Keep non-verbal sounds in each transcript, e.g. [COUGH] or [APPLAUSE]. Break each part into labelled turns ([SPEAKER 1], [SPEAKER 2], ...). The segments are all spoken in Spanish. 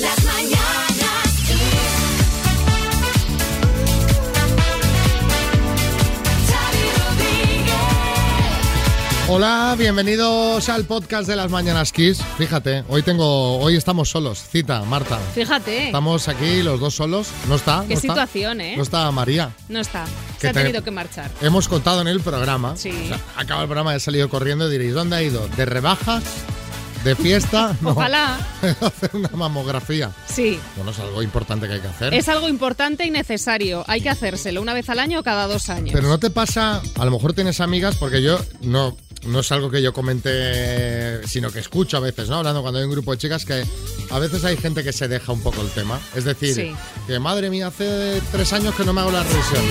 [SPEAKER 1] Las mañanas Kiss. Xavi Rodríguez.
[SPEAKER 2] Hola, bienvenidos al podcast de las Mañanas Kiss. Fíjate, hoy tengo, hoy estamos solos. Cita, Marta.
[SPEAKER 3] Fíjate,
[SPEAKER 2] Estamos aquí los dos solos. No está.
[SPEAKER 3] qué
[SPEAKER 2] no está.
[SPEAKER 3] situación, ¿eh?
[SPEAKER 2] No está María.
[SPEAKER 3] No está.
[SPEAKER 2] Que
[SPEAKER 3] Se ha
[SPEAKER 2] te- Eh,
[SPEAKER 3] tenido que marchar.
[SPEAKER 2] Hemos contado en el programa.
[SPEAKER 3] Sí.
[SPEAKER 2] O sea, acaba el programa, he salido corriendo y diréis, ¿dónde ha ido? ¿De rebajas? ¿De fiesta? [LAUGHS] No.
[SPEAKER 3] Ojalá.
[SPEAKER 2] hacer una mamografía.
[SPEAKER 3] Sí.
[SPEAKER 2] Bueno, es algo importante que hay que hacer.
[SPEAKER 3] Es algo importante y necesario. Hay que hacérselo una vez al año o cada dos años.
[SPEAKER 2] Pero no te pasa, a lo mejor tienes amigas, porque yo no, no es algo que yo comente, sino que escucho a veces, ¿no? Hablando cuando hay un grupo de chicas que a veces hay gente que se deja un poco el tema. Es decir,
[SPEAKER 3] Sí.
[SPEAKER 2] que madre mía, hace tres años que no me hago la revisión.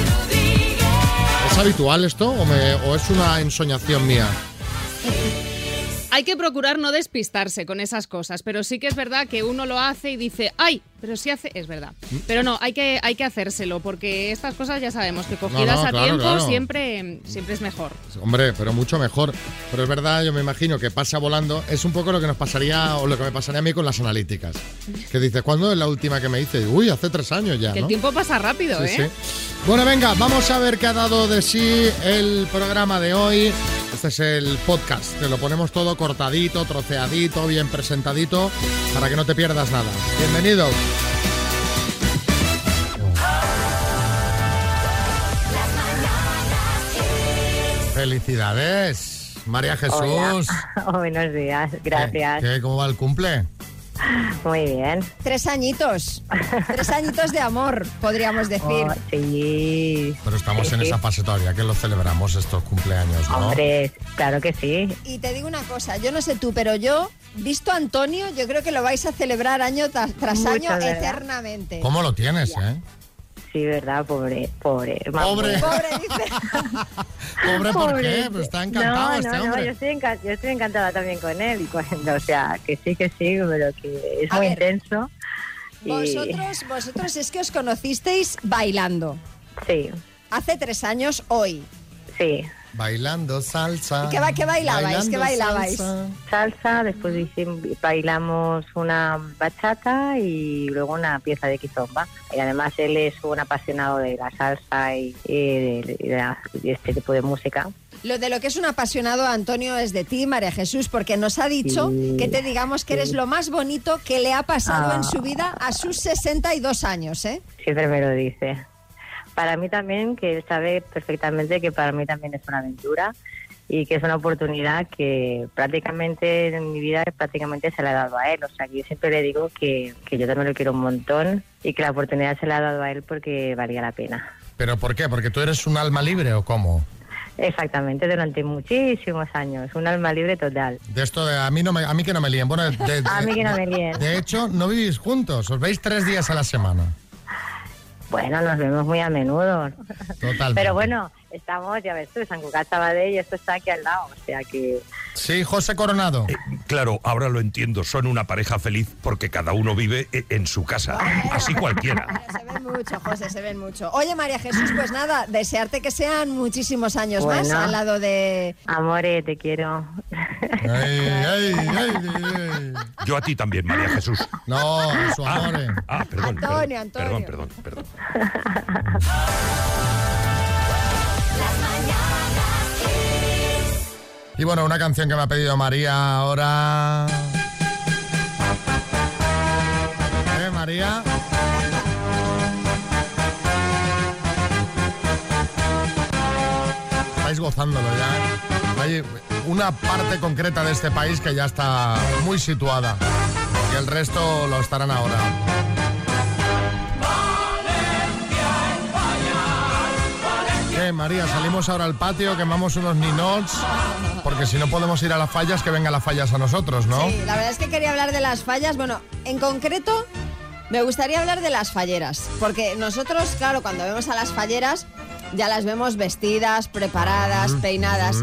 [SPEAKER 2] ¿Es habitual esto o, me- o es una ensoñación mía?
[SPEAKER 3] Hay que procurar no despistarse con esas cosas, pero sí que es verdad que uno lo hace y dice, ay, pero sí hace, es verdad.
[SPEAKER 2] ¿Mm?
[SPEAKER 3] Pero no, hay que, hay que hacérselo, porque estas cosas ya sabemos que cogidas
[SPEAKER 2] no,
[SPEAKER 3] a
[SPEAKER 2] claro,
[SPEAKER 3] tiempo
[SPEAKER 2] claro.
[SPEAKER 3] Siempre, siempre es mejor.
[SPEAKER 2] Pues, Hombre, pero mucho mejor. Pero es verdad, yo me imagino que pasa volando. Es un poco lo que nos pasaría o lo que me pasaría a mí con las analíticas. Que dices, ¿cuándo es la última que me hice? Uy, hace tres años ya.
[SPEAKER 3] Que
[SPEAKER 2] ¿no?
[SPEAKER 3] el tiempo pasa rápido,
[SPEAKER 2] Sí,
[SPEAKER 3] ¿eh?
[SPEAKER 2] sí. Bueno, venga, vamos a ver qué ha dado de sí el programa de hoy. Este es el podcast, te lo ponemos todo cortadito, troceadito, bien presentadito, para que no te pierdas nada. Bienvenido. Felicidades, María Jesús.
[SPEAKER 4] Buenos días, [LAUGHS] gracias.
[SPEAKER 2] ¿Qué, qué, cómo va el cumple?
[SPEAKER 4] Muy bien.
[SPEAKER 5] Tres añitos. Tres añitos de amor, podríamos decir.
[SPEAKER 4] Oh, sí.
[SPEAKER 2] Pero estamos en
[SPEAKER 4] Sí, sí.
[SPEAKER 2] esa fase todavía, que lo celebramos estos cumpleaños, ¿no?
[SPEAKER 4] Hombre, claro que sí.
[SPEAKER 5] Y te digo una cosa, yo no sé tú, pero yo, visto a Antonio, yo creo que lo vais a celebrar año tras, tras
[SPEAKER 4] Mucho,
[SPEAKER 5] año
[SPEAKER 4] ¿verdad?
[SPEAKER 5] eternamente.
[SPEAKER 2] ¿Cómo lo tienes, eh?
[SPEAKER 4] Sí, verdad, pobre, pobre. vamos.
[SPEAKER 2] Pobre.
[SPEAKER 4] [LAUGHS]
[SPEAKER 5] Pobre, dice.
[SPEAKER 2] Pobre, ¿por qué?
[SPEAKER 4] Pobre.
[SPEAKER 2] Pero está encantado
[SPEAKER 4] no,
[SPEAKER 2] este
[SPEAKER 4] no,
[SPEAKER 2] hombre.
[SPEAKER 4] No, yo, estoy enca- yo estoy encantada también con él. Y con- o sea, que sí, que sí, pero que es
[SPEAKER 5] A
[SPEAKER 4] muy
[SPEAKER 5] ver.
[SPEAKER 4] intenso. Y,
[SPEAKER 5] Vosotros, vosotros es que os conocisteis bailando.
[SPEAKER 4] Sí,
[SPEAKER 5] Hace tres años, hoy.
[SPEAKER 4] sí.
[SPEAKER 2] Bailando salsa.
[SPEAKER 5] ¿Y qué ba- qué bailabais? ¿Qué
[SPEAKER 2] Bailando
[SPEAKER 5] bailabais?
[SPEAKER 2] salsa.
[SPEAKER 4] Salsa, después hicim- bailamos una bachata y luego una pieza de quizomba. Y además él es un apasionado de la salsa y, y de, de la- de este tipo de música.
[SPEAKER 5] Lo de lo que es un apasionado, Antonio, es de ti, María Jesús, porque nos ha dicho
[SPEAKER 4] Sí.
[SPEAKER 5] que te digamos que eres lo más bonito que le ha pasado
[SPEAKER 4] Ah.
[SPEAKER 5] en su vida a sus 62 años, ¿eh?
[SPEAKER 4] Siempre me lo dice. Para mí también, que él sabe perfectamente que para mí también es una aventura y que es una oportunidad que prácticamente en mi vida prácticamente se la he dado a él. O sea, que yo siempre le digo que, que yo también lo quiero un montón y que la oportunidad se la he dado a él porque valía la pena.
[SPEAKER 2] ¿Pero por qué? ¿Porque tú eres un alma libre o cómo?
[SPEAKER 4] Exactamente, durante muchísimos años, un alma libre total.
[SPEAKER 2] De esto de a mí, no me, a mí que no me líen. Bueno, de, de-
[SPEAKER 4] [LAUGHS] A mí que no me líen.
[SPEAKER 2] De hecho, no vivís juntos, os veis tres días a la semana.
[SPEAKER 4] Bueno, nos vemos muy a menudo.
[SPEAKER 2] Totalmente.
[SPEAKER 4] Pero bueno, estamos, ya ves tú, San Cugat Sabadell y esto está aquí al lado, o sea que...
[SPEAKER 2] Sí, José Coronado.
[SPEAKER 6] Eh, Claro, ahora lo entiendo, son una pareja feliz porque cada uno vive e- en su casa, así cualquiera.
[SPEAKER 5] Pero se ven mucho, José, se ven mucho. Oye, María Jesús, pues nada, desearte que sean muchísimos años más
[SPEAKER 4] Bueno.
[SPEAKER 5] al lado de...
[SPEAKER 4] Amore, te quiero.
[SPEAKER 2] Ay, ay, ay, ay.
[SPEAKER 6] Yo a ti también, María Jesús.
[SPEAKER 2] No, su amor. eh.
[SPEAKER 6] Ah, perdón.
[SPEAKER 5] Antonio,
[SPEAKER 6] perdón, perdón,
[SPEAKER 5] Antonio.
[SPEAKER 6] perdón, perdón.
[SPEAKER 2] Y bueno, una canción que me ha pedido María ahora. ¿Eh, María? Estáis gozándolo ya. ¿eh? Hay una parte concreta de este país que ya está muy situada. Y el resto lo estarán ahora. ¿Qué, María? Salimos ahora al patio, quemamos unos ninots, porque si no podemos ir a las fallas, que vengan las fallas a nosotros, ¿no?
[SPEAKER 5] Sí, la verdad es que quería hablar de las fallas. Bueno, en concreto, me gustaría hablar de las falleras. Porque nosotros, claro, cuando vemos a las falleras, ya las vemos vestidas, preparadas, peinadas.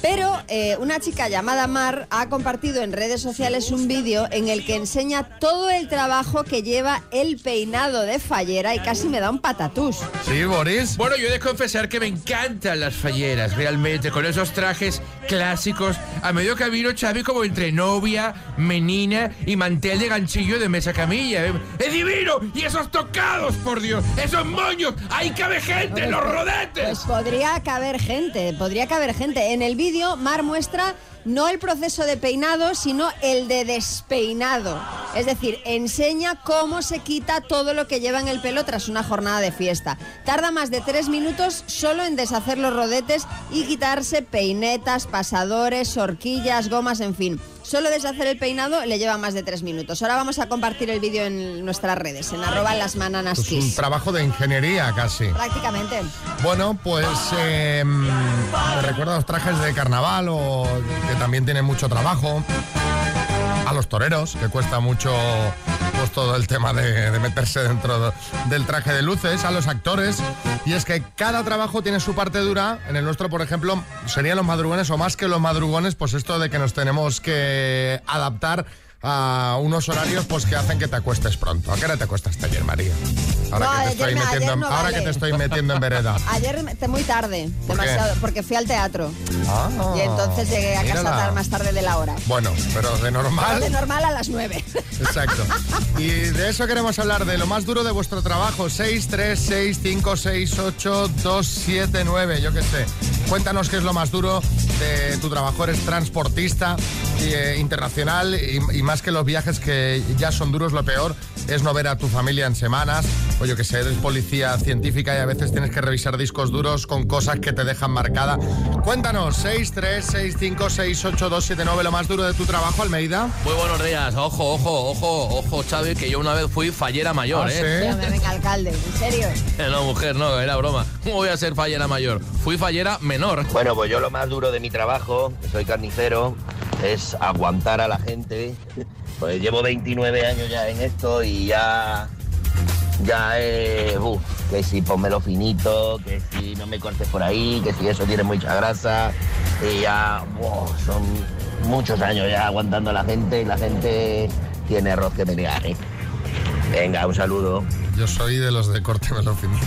[SPEAKER 5] Pero eh, una chica llamada Mar ha compartido en redes sociales un vídeo en el que enseña todo el trabajo que lleva el peinado de fallera y casi me da un patatús.
[SPEAKER 7] Sí, Boris.
[SPEAKER 8] Bueno, yo he de confesar que me encantan las falleras, realmente, con esos trajes clásicos. A medio camino, Xavi como entre novia, menina y mantel de ganchillo de mesa camilla. ¿eh? ¡Es divino! ¡Y esos tocados, por Dios! ¡Esos moños! ¡Ahí cabe gente! ¡Los
[SPEAKER 5] Pues
[SPEAKER 8] rodetes!
[SPEAKER 5] podría caber gente, podría caber gente. En el vídeo, Mar muestra no el proceso de peinado, sino el de despeinado. Es decir, enseña cómo se quita todo lo que lleva en el pelo tras una jornada de fiesta. Tarda más de tres minutos solo en deshacer los rodetes y quitarse peinetas, pasadores, horquillas, gomas, en fin. Solo deshacer el peinado le lleva más de tres minutos. Ahora vamos a compartir el vídeo en nuestras redes, en arroba las
[SPEAKER 2] Es Pues un trabajo de ingeniería casi.
[SPEAKER 5] Prácticamente.
[SPEAKER 2] Bueno, pues eh, me recuerda a los trajes de carnaval o que también tienen mucho trabajo. A los toreros, que cuesta mucho pues, todo el tema de, de meterse dentro de- del traje de luces, a los actores. Y es que cada trabajo tiene su parte dura. En el nuestro, por ejemplo, serían los madrugones o más que los madrugones, pues esto de que nos tenemos que adaptar a unos horarios pues que hacen que te acuestes pronto. ¿A qué hora te acuestaste ayer, María? Ahora,
[SPEAKER 5] No,
[SPEAKER 2] que, te
[SPEAKER 5] ayer
[SPEAKER 2] estoy
[SPEAKER 5] me- ayer
[SPEAKER 2] metiendo en-
[SPEAKER 5] no
[SPEAKER 2] ahora que
[SPEAKER 5] vale.
[SPEAKER 2] te estoy metiendo en
[SPEAKER 5] [LAUGHS]
[SPEAKER 2] vereda.
[SPEAKER 5] Ayer me- te- muy tarde,
[SPEAKER 2] ¿Por qué?
[SPEAKER 5] demasiado, porque fui al teatro
[SPEAKER 2] Ah,
[SPEAKER 5] y entonces llegué a casa
[SPEAKER 2] mírala.
[SPEAKER 5] tar- más tarde de la hora.
[SPEAKER 2] Bueno, pero de normal.
[SPEAKER 5] De normal a
[SPEAKER 2] [LAUGHS]
[SPEAKER 5] las 9.
[SPEAKER 2] Exacto. Y de eso queremos hablar, de lo más duro de vuestro trabajo. 6, 3, 6, 5, 6, 8, 2, 7, 9, yo qué sé. Cuéntanos qué es lo más duro de tu trabajo. Eres transportista eh, internacional y, y más que los viajes que ya son duros, lo peor es no ver a tu familia en semanas. O yo qué sé, eres policía científica y a veces tienes que revisar discos duros con cosas que te dejan marcada. Cuéntanos, 6, 3, 6, 5, 6, 8, 2, 7, 9, lo más duro de tu trabajo, Almeida.
[SPEAKER 9] Muy buenos días. Ojo, ojo, ojo, ojo, Xavi, que yo una vez fui fallera mayor,
[SPEAKER 2] Ah,
[SPEAKER 9] ¿eh?
[SPEAKER 2] ¿sí?
[SPEAKER 5] venga, alcalde, en serio.
[SPEAKER 9] No, mujer, no, era broma. ¿Cómo voy a ser fallera mayor? Fui fallera menor.
[SPEAKER 10] Bueno, pues yo lo más duro de mi trabajo, que soy carnicero, es aguantar a la gente. Pues llevo 29 años ya en esto y ya. Ya es. uf, que si ponmelo finito, que si no me cortes por ahí, que si eso tiene mucha grasa. Y ya. wow, son muchos años ya aguantando a la gente y la gente tiene arroz que pelear. ¿eh? Venga, un saludo.
[SPEAKER 2] Yo soy de los de corte [LAUGHS] me lo finito.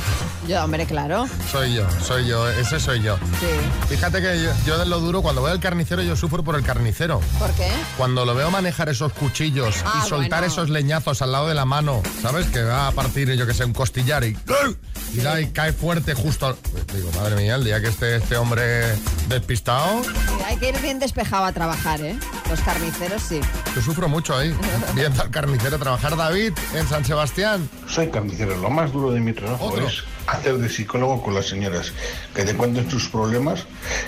[SPEAKER 5] Yo, hombre, claro.
[SPEAKER 2] Soy yo, soy yo, ese soy yo.
[SPEAKER 5] Sí.
[SPEAKER 2] Fíjate que yo, yo de lo duro, cuando veo al carnicero, yo sufro por el carnicero.
[SPEAKER 5] ¿Por qué?
[SPEAKER 2] Cuando lo veo manejar esos cuchillos
[SPEAKER 5] Ah,
[SPEAKER 2] y soltar
[SPEAKER 5] bueno.
[SPEAKER 2] esos leñazos al lado de la mano, ¿sabes? Que va a partir, yo que sé, un costillar y, y, da y cae fuerte justo. al- Digo, madre mía, el día que esté este hombre despistado,
[SPEAKER 5] Sí, Hay que ir bien despejado a trabajar, ¿eh? Los carniceros sí.
[SPEAKER 2] yo sufro mucho ahí, viendo al carnicero trabajar. David, en San Sebastián.
[SPEAKER 11] Soy carnicero. Lo más duro de mi trabajo
[SPEAKER 2] Otro.
[SPEAKER 11] es hacer de psicólogo con las señoras, que te cuenten sus problemas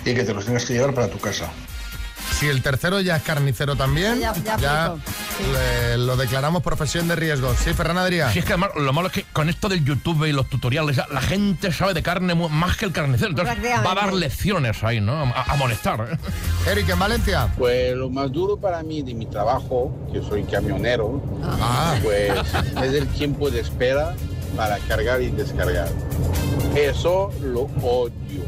[SPEAKER 11] y que te los tengas que llevar para tu casa.
[SPEAKER 2] Si el tercero ya es carnicero también,
[SPEAKER 5] Sí, ya- ya flipo.
[SPEAKER 2] le- lo declaramos profesión de riesgo. Sí, Ferran Adrià.
[SPEAKER 9] Si es que además, lo malo es que con esto del YouTube y los tutoriales, la gente sabe de carne mu- más que el carnicero. Entonces va a dar
[SPEAKER 5] Prácticamente.
[SPEAKER 9] lecciones ahí, ¿no? A, a molestar. ¿eh?
[SPEAKER 2] Eric, en Valencia.
[SPEAKER 11] Pues lo más duro para mí de mi trabajo, que soy camionero,
[SPEAKER 2] Ah, [LAUGHS]
[SPEAKER 11] pues es el tiempo de espera para cargar y descargar. Eso lo odio.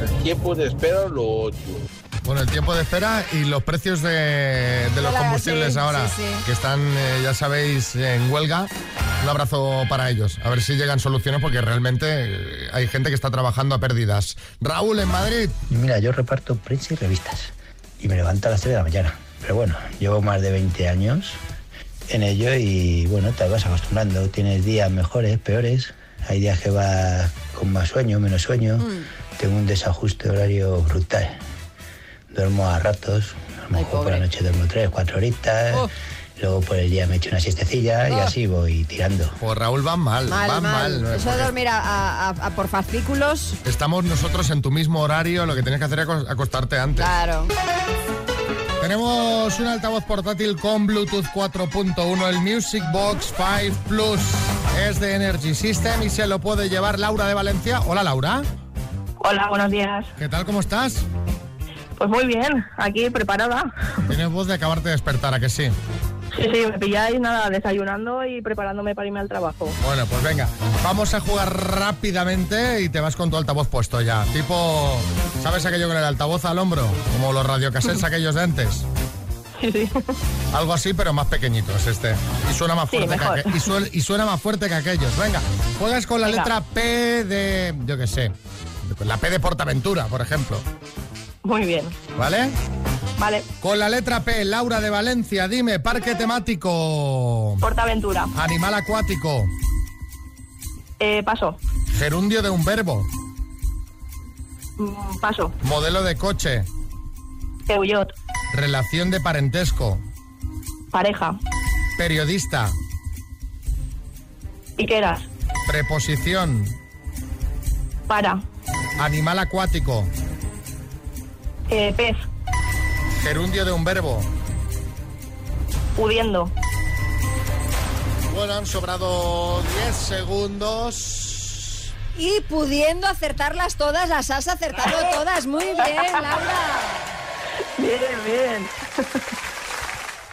[SPEAKER 11] El tiempo de espera lo odio.
[SPEAKER 2] bueno, el tiempo de espera y los precios de, de los
[SPEAKER 5] Hola,
[SPEAKER 2] combustibles
[SPEAKER 5] sí,
[SPEAKER 2] ahora,
[SPEAKER 5] sí, sí.
[SPEAKER 2] que están, eh, ya sabéis, en huelga. Un abrazo para ellos. A ver si llegan soluciones porque realmente eh, hay gente que está trabajando a pérdidas. Raúl, en Madrid.
[SPEAKER 10] Y mira, yo reparto prensa y revistas. Y me levanto a las 3 de la mañana. Pero bueno, llevo más de 20 años en ello y bueno, te vas acostumbrando. Tienes días mejores, peores. Hay días que vas con más sueño, menos sueño.
[SPEAKER 5] Mm.
[SPEAKER 10] Tengo un desajuste horario brutal. Duermo a ratos. A lo
[SPEAKER 5] Ay,
[SPEAKER 10] mejor por la
[SPEAKER 5] pobre.
[SPEAKER 10] noche duermo 3, 4 horitas.
[SPEAKER 5] Oh.
[SPEAKER 10] Luego por el día me echo una siestecilla y
[SPEAKER 5] Ah.
[SPEAKER 10] así voy tirando.
[SPEAKER 2] Pues Raúl, van mal,
[SPEAKER 5] Mal,
[SPEAKER 2] van mal.
[SPEAKER 5] mal. Eso de
[SPEAKER 2] porque
[SPEAKER 5] dormir a, a- a- a por fascículos,
[SPEAKER 2] Estamos nosotros en tu mismo horario, lo que tienes que hacer es acos- acostarte antes.
[SPEAKER 5] claro.
[SPEAKER 2] Tenemos un altavoz portátil con Bluetooth 4.1, el Music Box 5 Plus. Es de Energy System y se lo puede llevar Laura de Valencia. Hola Laura,
[SPEAKER 4] Hola, buenos días.
[SPEAKER 2] ¿qué tal? ¿Cómo estás?
[SPEAKER 4] Pues muy bien, aquí preparada.
[SPEAKER 2] Tienes voz de acabarte de despertar, ¿a que sí?
[SPEAKER 4] Sí, sí, me pilláis nada, desayunando y preparándome para irme al trabajo.
[SPEAKER 2] Bueno, pues venga, vamos a jugar rápidamente y te vas con tu altavoz puesto ya. Tipo, ¿sabes aquello con el altavoz al hombro? Como los
[SPEAKER 4] [LAUGHS]
[SPEAKER 2] radiocassettes aquellos de antes.
[SPEAKER 4] Sí, sí.
[SPEAKER 2] Algo así, pero más pequeñito es este. Y suena más
[SPEAKER 4] Sí,
[SPEAKER 2] fuerte, que,
[SPEAKER 4] mejor.
[SPEAKER 2] aque- y suel- y suena más fuerte que aquellos. Venga, juegas con la
[SPEAKER 4] Venga.
[SPEAKER 2] letra P de, yo qué sé, de- la P de Portaventura, por ejemplo.
[SPEAKER 4] Muy bien.
[SPEAKER 2] ¿Vale?
[SPEAKER 4] Vale,
[SPEAKER 2] Con la letra P, Laura de Valencia, dime, parque temático,
[SPEAKER 4] Portaventura.
[SPEAKER 2] animal acuático,
[SPEAKER 4] Eh, paso.
[SPEAKER 2] gerundio de un verbo,
[SPEAKER 4] Mm, Paso.
[SPEAKER 2] modelo de coche,
[SPEAKER 4] Peugeot.
[SPEAKER 2] relación de parentesco,
[SPEAKER 4] Pareja.
[SPEAKER 2] periodista,
[SPEAKER 4] Iqueras.
[SPEAKER 2] preposición,
[SPEAKER 4] Para.
[SPEAKER 2] animal acuático,
[SPEAKER 4] Eh, pez.
[SPEAKER 2] gerundio de un verbo.
[SPEAKER 4] Pudiendo.
[SPEAKER 2] Bueno, han sobrado 10 segundos.
[SPEAKER 5] Y pudiendo acertarlas todas, las has acertado todas. Muy bien, Laura.
[SPEAKER 4] Bien, bien.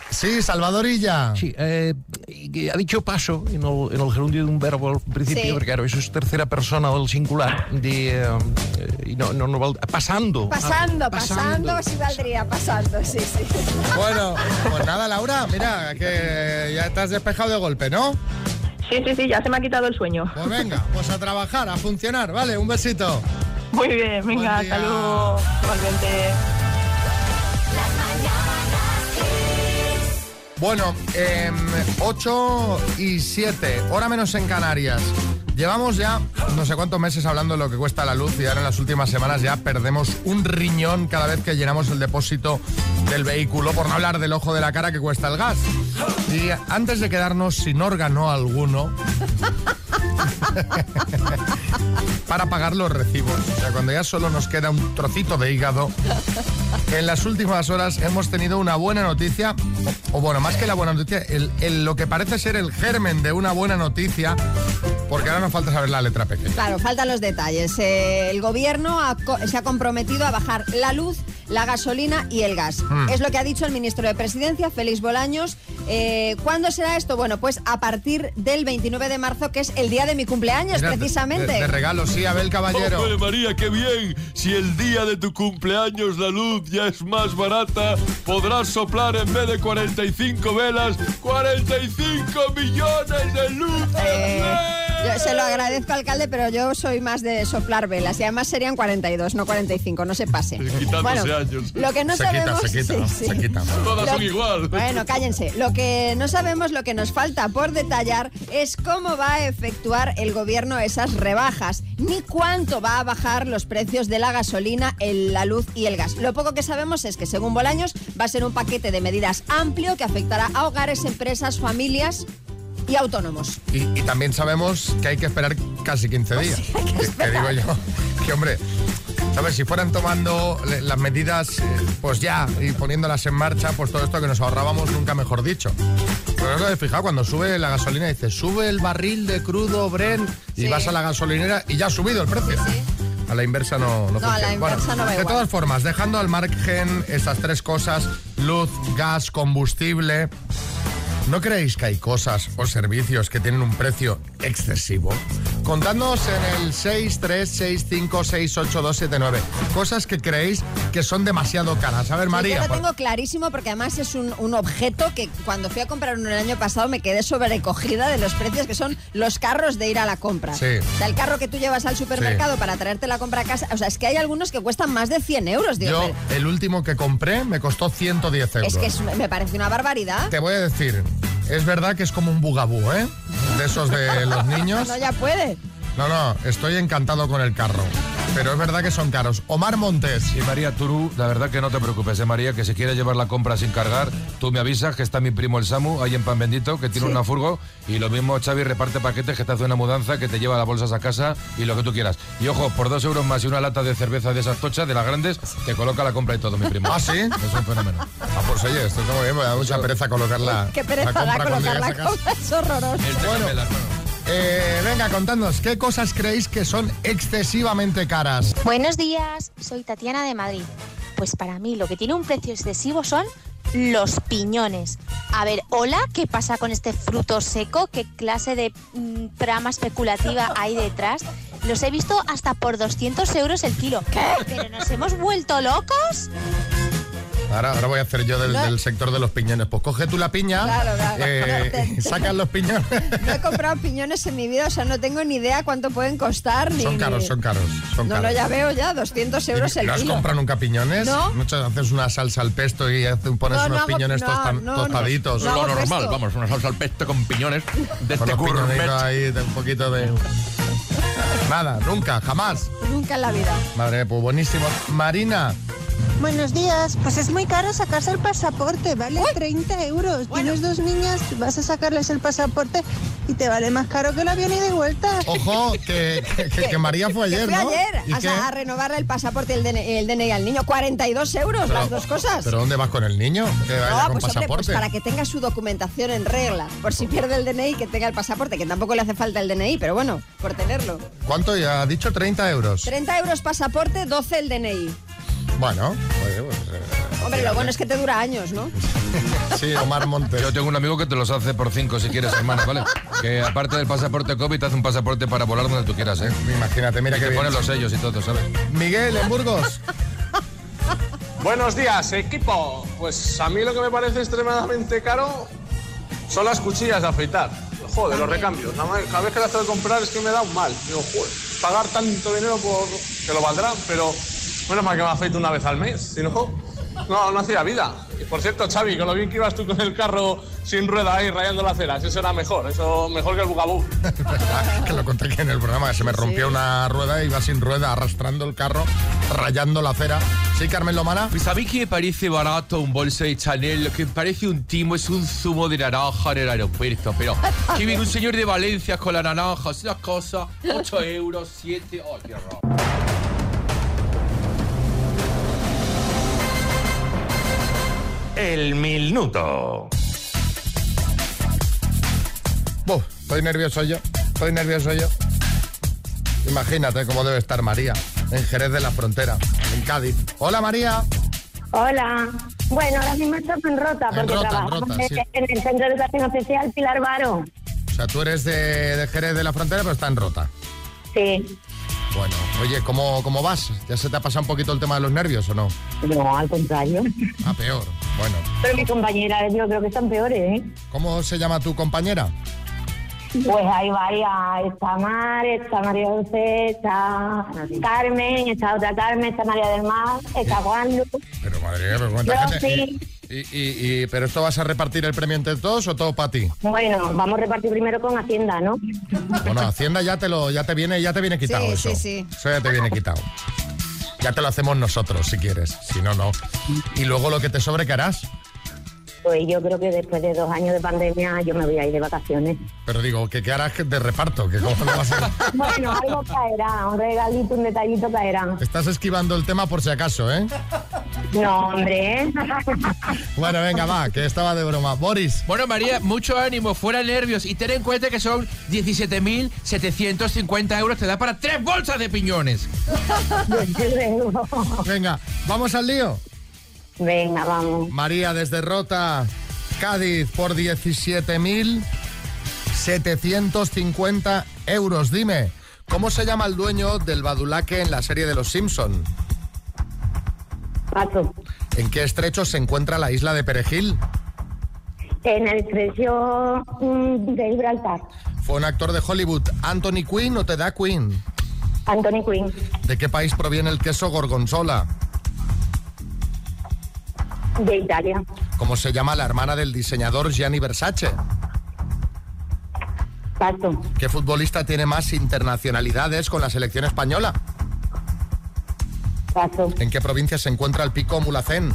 [SPEAKER 2] Sí, Salvadorilla.
[SPEAKER 9] Sí, eh, y que ha dicho paso en el, en el gerundio de un verbo al principio,
[SPEAKER 5] Sí.
[SPEAKER 9] porque claro, eso es tercera persona del singular. De, eh, y no, no, no val- pasando.
[SPEAKER 5] Pasando,
[SPEAKER 9] Ah,
[SPEAKER 5] pasando, sí valdría, pasando, sí, sí.
[SPEAKER 2] Bueno, pues nada, Laura, mira, que ya estás despejado de golpe, ¿no?
[SPEAKER 4] Sí, sí, sí, ya se me ha quitado el sueño.
[SPEAKER 2] Pues venga, pues a trabajar, a funcionar, ¿vale? Un besito.
[SPEAKER 4] Muy bien, venga,
[SPEAKER 2] Buen día.
[SPEAKER 4] hasta luego. Igualmente.
[SPEAKER 2] Bueno, 8 y 7, hora menos en Canarias. Llevamos ya no sé cuántos meses hablando de lo que cuesta la luz y ahora en las últimas semanas ya perdemos un riñón cada vez que llenamos el depósito del vehículo, por no hablar del ojo de la cara que cuesta el gas. Y antes de quedarnos sin órgano alguno, para pagar los recibos, o sea, cuando ya solo nos queda un trocito de hígado, en las últimas horas hemos tenido una buena noticia, o, o bueno, más que la buena noticia, el, el- lo que parece ser el germen de una buena noticia, porque ahora nos falta saber la letra pequeña.
[SPEAKER 5] Claro, faltan los detalles. Eh, el gobierno ha co- se ha comprometido a bajar la luz, la gasolina y el gas.
[SPEAKER 2] Mm.
[SPEAKER 5] Es lo que ha dicho el ministro de Presidencia, Félix Bolaños. Eh, ¿Cuándo será esto? Bueno, pues a partir del 29 de marzo, que es el día de mi cumpleaños,
[SPEAKER 2] Mira, de-
[SPEAKER 5] precisamente. Oh.
[SPEAKER 2] De, de regalo, sí, Abel Caballero.
[SPEAKER 7] ¡Hombre, María, qué bien! Si el día de tu cumpleaños la luz ya es más barata, podrás soplar en vez de 45 velas, 45 millones de luces.
[SPEAKER 5] Eh, yo se lo agradezco, alcalde, pero yo soy más de soplar velas y además serían 42, no 45, no se pase.
[SPEAKER 7] Quitándose años.
[SPEAKER 5] Lo que no
[SPEAKER 2] se quita,
[SPEAKER 5] sabemos,
[SPEAKER 2] se quita,
[SPEAKER 5] [LAUGHS] sí, sí.
[SPEAKER 2] se quita.
[SPEAKER 7] Todas son
[SPEAKER 5] Lo-
[SPEAKER 7] igual.
[SPEAKER 5] Bueno, cállense. Lo que no sabemos, lo que nos falta por detallar es cómo va a efectuar el gobierno esas rebajas, ni cuánto va a bajar los precios de la gasolina, el- la luz y el gas. Lo poco que sabemos es que, según Bolaños, va a ser un paquete de medidas amplio que afectará a hogares, empresas, familias y autónomos.
[SPEAKER 2] Y, y también sabemos que hay que esperar casi
[SPEAKER 5] Oh,
[SPEAKER 2] 15
[SPEAKER 5] [LAUGHS]
[SPEAKER 2] días. que, que digo yo, que hombre, ¿sabes? Si fueran tomando le- las medidas, eh, pues ya, y poniéndolas en marcha, pues todo esto que nos ahorrábamos, nunca mejor dicho. Pero no os habéis fijado, cuando sube la gasolina, dice, sube el barril de crudo Bren, y
[SPEAKER 5] Sí.
[SPEAKER 2] vas a la gasolinera y ya ha subido el precio. A la inversa no, no, funciona.
[SPEAKER 5] a la
[SPEAKER 2] Bueno,
[SPEAKER 5] inversa no va
[SPEAKER 2] de
[SPEAKER 5] igual.
[SPEAKER 2] todas formas, dejando al margen estas tres cosas, luz, gas, combustible, ¿No creéis que hay cosas o servicios que tienen un precio excesivo? Contadnos en el 636568279 cosas que creéis que son demasiado caras. A ver,
[SPEAKER 5] yo
[SPEAKER 2] María.
[SPEAKER 5] lo
[SPEAKER 2] por-
[SPEAKER 5] tengo clarísimo porque además es un, un objeto que cuando fui a comprar uno el año pasado me quedé sobrecogida de los precios que son los carros de ir a la compra.
[SPEAKER 2] Sí.
[SPEAKER 5] O sea, el carro que tú llevas al supermercado para traerte la compra a casa. O sea, es que hay algunos que cuestan más de 100 euros, Dios
[SPEAKER 2] Yo,
[SPEAKER 5] mío.
[SPEAKER 2] el último que compré me costó 110 euros.
[SPEAKER 5] Es que es- me parece una barbaridad.
[SPEAKER 2] Te voy a decir, es verdad que es como un bugabú, ¿eh? De esos de
[SPEAKER 5] [LAUGHS]
[SPEAKER 2] los niños.
[SPEAKER 5] No, ya puede.
[SPEAKER 2] No, no, estoy encantado con el carro. Pero es verdad que son caros. Omar Montes.
[SPEAKER 8] Y María Turú, la verdad que no te preocupes, eh, María, que si quieres llevar la compra sin cargar, tú me avisas que está mi primo el Samu ahí en Pan Bendito, que tiene una furgo, y lo mismo Xavi reparte paquetes, que te hace una mudanza, que te lleva las bolsas a casa y lo que tú quieras. Y ojo, por dos euros más y una lata de cerveza de esas tochas, de las grandes, te coloca la compra y todo, mi primo.
[SPEAKER 2] ¿Ah, sí?
[SPEAKER 8] Es un fenómeno.
[SPEAKER 2] Ah, pues oye, esto está muy bien, me da mucha pereza colocarla.
[SPEAKER 5] Qué pereza da colocar la compra. Es horroroso.
[SPEAKER 8] Bueno,
[SPEAKER 2] Eh, venga, contadnos, ¿qué cosas creéis que son excesivamente caras?
[SPEAKER 12] Buenos días, soy Tatiana de Madrid. Pues para mí lo que tiene un precio excesivo son los piñones. A ver, hola, ¿qué pasa con este fruto seco? ¿Qué clase de mm, trama especulativa hay detrás? Los he visto hasta por 200 euros el kilo. ¿Pero nos hemos vuelto locos?
[SPEAKER 2] Ahora, ahora voy a hacer yo del,
[SPEAKER 5] No.
[SPEAKER 2] del sector de los piñones. Pues coge tú la piña,
[SPEAKER 5] Claro, claro. [LAUGHS]
[SPEAKER 2] eh, y sacas los piñones.
[SPEAKER 5] No he comprado piñones en mi vida, o sea, no tengo ni idea cuánto pueden costar. Ni,
[SPEAKER 2] Son caros,
[SPEAKER 5] ni-
[SPEAKER 2] son caros. Son
[SPEAKER 5] No,
[SPEAKER 2] caros.
[SPEAKER 5] no, ya veo ya, 200 euros el
[SPEAKER 2] ¿No has
[SPEAKER 5] kilo.
[SPEAKER 2] comprado nunca piñones?
[SPEAKER 5] No.
[SPEAKER 2] Muchas haces una salsa al pesto y hace- pones
[SPEAKER 5] No, no
[SPEAKER 2] unos
[SPEAKER 5] hago-
[SPEAKER 2] piñones
[SPEAKER 5] no,
[SPEAKER 2] tosta-
[SPEAKER 5] no, no.
[SPEAKER 2] tostaditos.
[SPEAKER 5] No
[SPEAKER 9] lo
[SPEAKER 5] hago
[SPEAKER 9] normal,
[SPEAKER 5] pesto.
[SPEAKER 9] vamos, una salsa al pesto con piñones de
[SPEAKER 2] Con
[SPEAKER 9] este
[SPEAKER 2] los piñonitos
[SPEAKER 9] gourmet.
[SPEAKER 2] ahí, de un poquito de... Nada, nunca, jamás.
[SPEAKER 5] Nunca en la vida.
[SPEAKER 2] Madre, mía, pues buenísimo. Marina,
[SPEAKER 13] Buenos días. Pues es muy caro sacarse el pasaporte, vale 30 euros. Tienes dos niñas, vas a sacarles el pasaporte y te vale más caro que el avión y de vuelta.
[SPEAKER 2] ojo, que, que- que- que María fue
[SPEAKER 5] Que
[SPEAKER 2] ayer,
[SPEAKER 5] fui
[SPEAKER 2] ¿no?
[SPEAKER 5] ayer
[SPEAKER 2] ¿Y
[SPEAKER 5] o sea,
[SPEAKER 2] qué?
[SPEAKER 5] a renovarle el pasaporte y el DNI, el DNI al niño. 42 euros
[SPEAKER 2] Pero-
[SPEAKER 5] las dos cosas.
[SPEAKER 2] ¿Pero dónde vas con el niño? Que vaya con
[SPEAKER 5] No, pues hombre, pues
[SPEAKER 2] pasaporte.
[SPEAKER 5] para que tenga su documentación en regla. Por si pierde el DNI, que tenga el pasaporte, que tampoco le hace falta el DNI, pero bueno, por tenerlo.
[SPEAKER 2] ¿Cuánto ya? Ha dicho 30 euros.
[SPEAKER 5] 30 euros pasaporte, 12 el DNI.
[SPEAKER 2] Bueno, oye, pues, eh,
[SPEAKER 5] Hombre, lo bueno es que te dura años, ¿no?
[SPEAKER 2] Sí, Omar Montes.
[SPEAKER 8] Yo tengo un amigo que te los hace por cinco si quieres, hermano, ¿vale? Que aparte del pasaporte COVID te hace un pasaporte para volar donde tú quieras, ¿eh?
[SPEAKER 2] Imagínate, mira
[SPEAKER 8] que
[SPEAKER 2] qué
[SPEAKER 8] te
[SPEAKER 2] bien.
[SPEAKER 8] ponen los sellos y todo, ¿sabes?
[SPEAKER 2] Miguel, en Burgos.
[SPEAKER 14] Buenos días, equipo. Pues a mí lo que me parece extremadamente caro son las cuchillas de afeitar. Joder, los recambios. Nada más- Cada vez que las tengo que comprar es que me da un mal. Digo, joder, pagar tanto dinero por que lo valdrá, pero menos mal que me afeito una vez al mes, si no, no, no hacía vida. Y por cierto, Xavi, con lo bien que ibas tú con el carro sin rueda ahí rayando las ceras, eso era mejor, eso mejor que el bugabú.
[SPEAKER 2] que lo conté aquí en el programa, que se me rompió una rueda, iba sin rueda, arrastrando el carro, rayando la acera. Sí, Carmen Lomana.
[SPEAKER 9] Pues a mí que me parece barato un bolso de Chanel, lo que me parece un timo es un zumo de naranja en el aeropuerto, pero que viene un señor de Valencia con la naranja, es una cosa, 8 euros, 7, oh, qué horror.
[SPEAKER 6] El minuto.
[SPEAKER 2] Buf, estoy nervioso yo, estoy nervioso yo. Imagínate cómo debe estar María, en Jerez de la Frontera, en Cádiz. Hola María.
[SPEAKER 15] Hola. Bueno, ahora mismo estoy en Rota, porque
[SPEAKER 2] En Rota, en
[SPEAKER 15] trabajo
[SPEAKER 2] Rota,
[SPEAKER 15] en,
[SPEAKER 2] sí.
[SPEAKER 15] en el Centro de Educación Especial Pilar Varo.
[SPEAKER 2] O sea, tú eres de, de Jerez de la Frontera, pero está en Rota.
[SPEAKER 15] Sí.
[SPEAKER 2] Bueno, oye, ¿cómo, ¿cómo vas? ¿Ya se te ha pasado un poquito el tema de los nervios o no?
[SPEAKER 15] No, al contrario.
[SPEAKER 2] Ah, peor. Bueno.
[SPEAKER 15] Pero mis compañeras yo creo que están peores, ¿eh?
[SPEAKER 2] ¿Cómo se llama tu compañera?
[SPEAKER 15] Pues hay varias. Está Mar, está María José, está Carmen, está otra Carmen, está María del Mar, está Juan
[SPEAKER 2] Pero madre mía, pero
[SPEAKER 15] Yo
[SPEAKER 2] cuánta gente.
[SPEAKER 15] sí.
[SPEAKER 2] Y, y- y- ¿Pero esto vas a repartir el premio entre todos o todo para ti?
[SPEAKER 15] Bueno, vamos a repartir primero con Hacienda, ¿no?
[SPEAKER 2] Bueno, Hacienda ya te lo, ya te viene, ya te viene quitado
[SPEAKER 15] Sí,
[SPEAKER 2] eso.
[SPEAKER 15] sí, sí.
[SPEAKER 2] Eso ya te viene quitado. Ya te lo hacemos nosotros si quieres, si no, no. Y luego lo que te sobre, ¿qué harás?
[SPEAKER 15] Pues yo creo que después de dos años de pandemia yo me voy a ir
[SPEAKER 2] [LAUGHS]
[SPEAKER 15] de vacaciones.
[SPEAKER 2] Pero digo, ¿qué, qué harás que de reparto? Que cómo lo vas a-
[SPEAKER 15] Bueno, algo caerá, un regalito, un detallito caerá.
[SPEAKER 2] Estás esquivando el tema por si acaso, ¿eh?
[SPEAKER 15] No, hombre, [LAUGHS] ¿eh?
[SPEAKER 2] Bueno, venga,
[SPEAKER 15] [LAUGHS]
[SPEAKER 2] va, Ah, que estaba de broma. Boris.
[SPEAKER 9] Bueno, María, mucho ánimo, fuera nervios y ten en cuenta que son 17.750 euros, te da para tres bolsas de piñones.
[SPEAKER 2] Venga, vamos al lío.
[SPEAKER 15] Venga, vamos.
[SPEAKER 2] María desde Rota, Cádiz, por 17.750 euros. Dime, ¿cómo se llama el dueño del badulaque en la serie de Los Simpson?
[SPEAKER 15] Paso.
[SPEAKER 2] ¿En qué estrecho se encuentra la isla de Perejil?
[SPEAKER 15] En el precio mm, de Gibraltar,
[SPEAKER 2] ¿Fue un actor de Hollywood, Anthony Quinn o te da Quinn?
[SPEAKER 15] Anthony Quinn,
[SPEAKER 2] ¿De qué país proviene el queso gorgonzola?
[SPEAKER 15] de Italia.
[SPEAKER 2] ¿Cómo se llama la hermana del diseñador Gianni Versace?
[SPEAKER 15] Paso.
[SPEAKER 2] ¿Qué futbolista tiene más internacionalidades con la selección española?
[SPEAKER 15] Paso.
[SPEAKER 2] ¿En qué provincia se encuentra el pico Mulacén?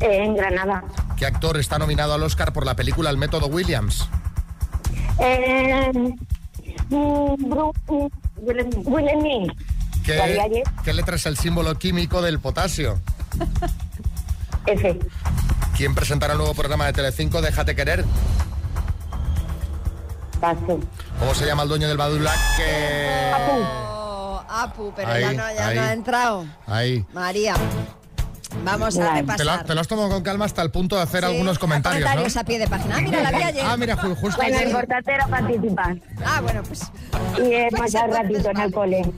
[SPEAKER 15] En Granada.
[SPEAKER 2] ¿Qué actor está nominado al Oscar por la película El método Williams?
[SPEAKER 15] Eh, mm, Bru- mm, Will Smith. Daría
[SPEAKER 2] ¿Qué,
[SPEAKER 15] diez.
[SPEAKER 2] qué letra es el símbolo químico del potasio?
[SPEAKER 15] F.
[SPEAKER 2] ¿Quién presentará el nuevo programa de Telecinco Déjate Querer?
[SPEAKER 15] Paso.
[SPEAKER 2] ¿Cómo se llama el dueño del Badulaque?
[SPEAKER 5] Oh, Apu, pero
[SPEAKER 2] Ahí,
[SPEAKER 5] ya, no, ya
[SPEAKER 2] ahí.
[SPEAKER 5] no ha entrado.
[SPEAKER 2] Ahí.
[SPEAKER 5] María. Vamos a
[SPEAKER 2] Te lo,
[SPEAKER 5] repasar.
[SPEAKER 2] te lo has tomado con calma hasta el punto de hacer algunos comentarios,
[SPEAKER 5] Comentarios
[SPEAKER 2] ¿no?
[SPEAKER 5] a pie de página. Ah, mira, la vi ayer.
[SPEAKER 2] Ah, mira, ju- justo
[SPEAKER 15] Bueno, lo
[SPEAKER 2] ayer.
[SPEAKER 15] importante era participar.
[SPEAKER 5] Ah, bueno, pues.
[SPEAKER 15] Y es pasar ratito en el cole.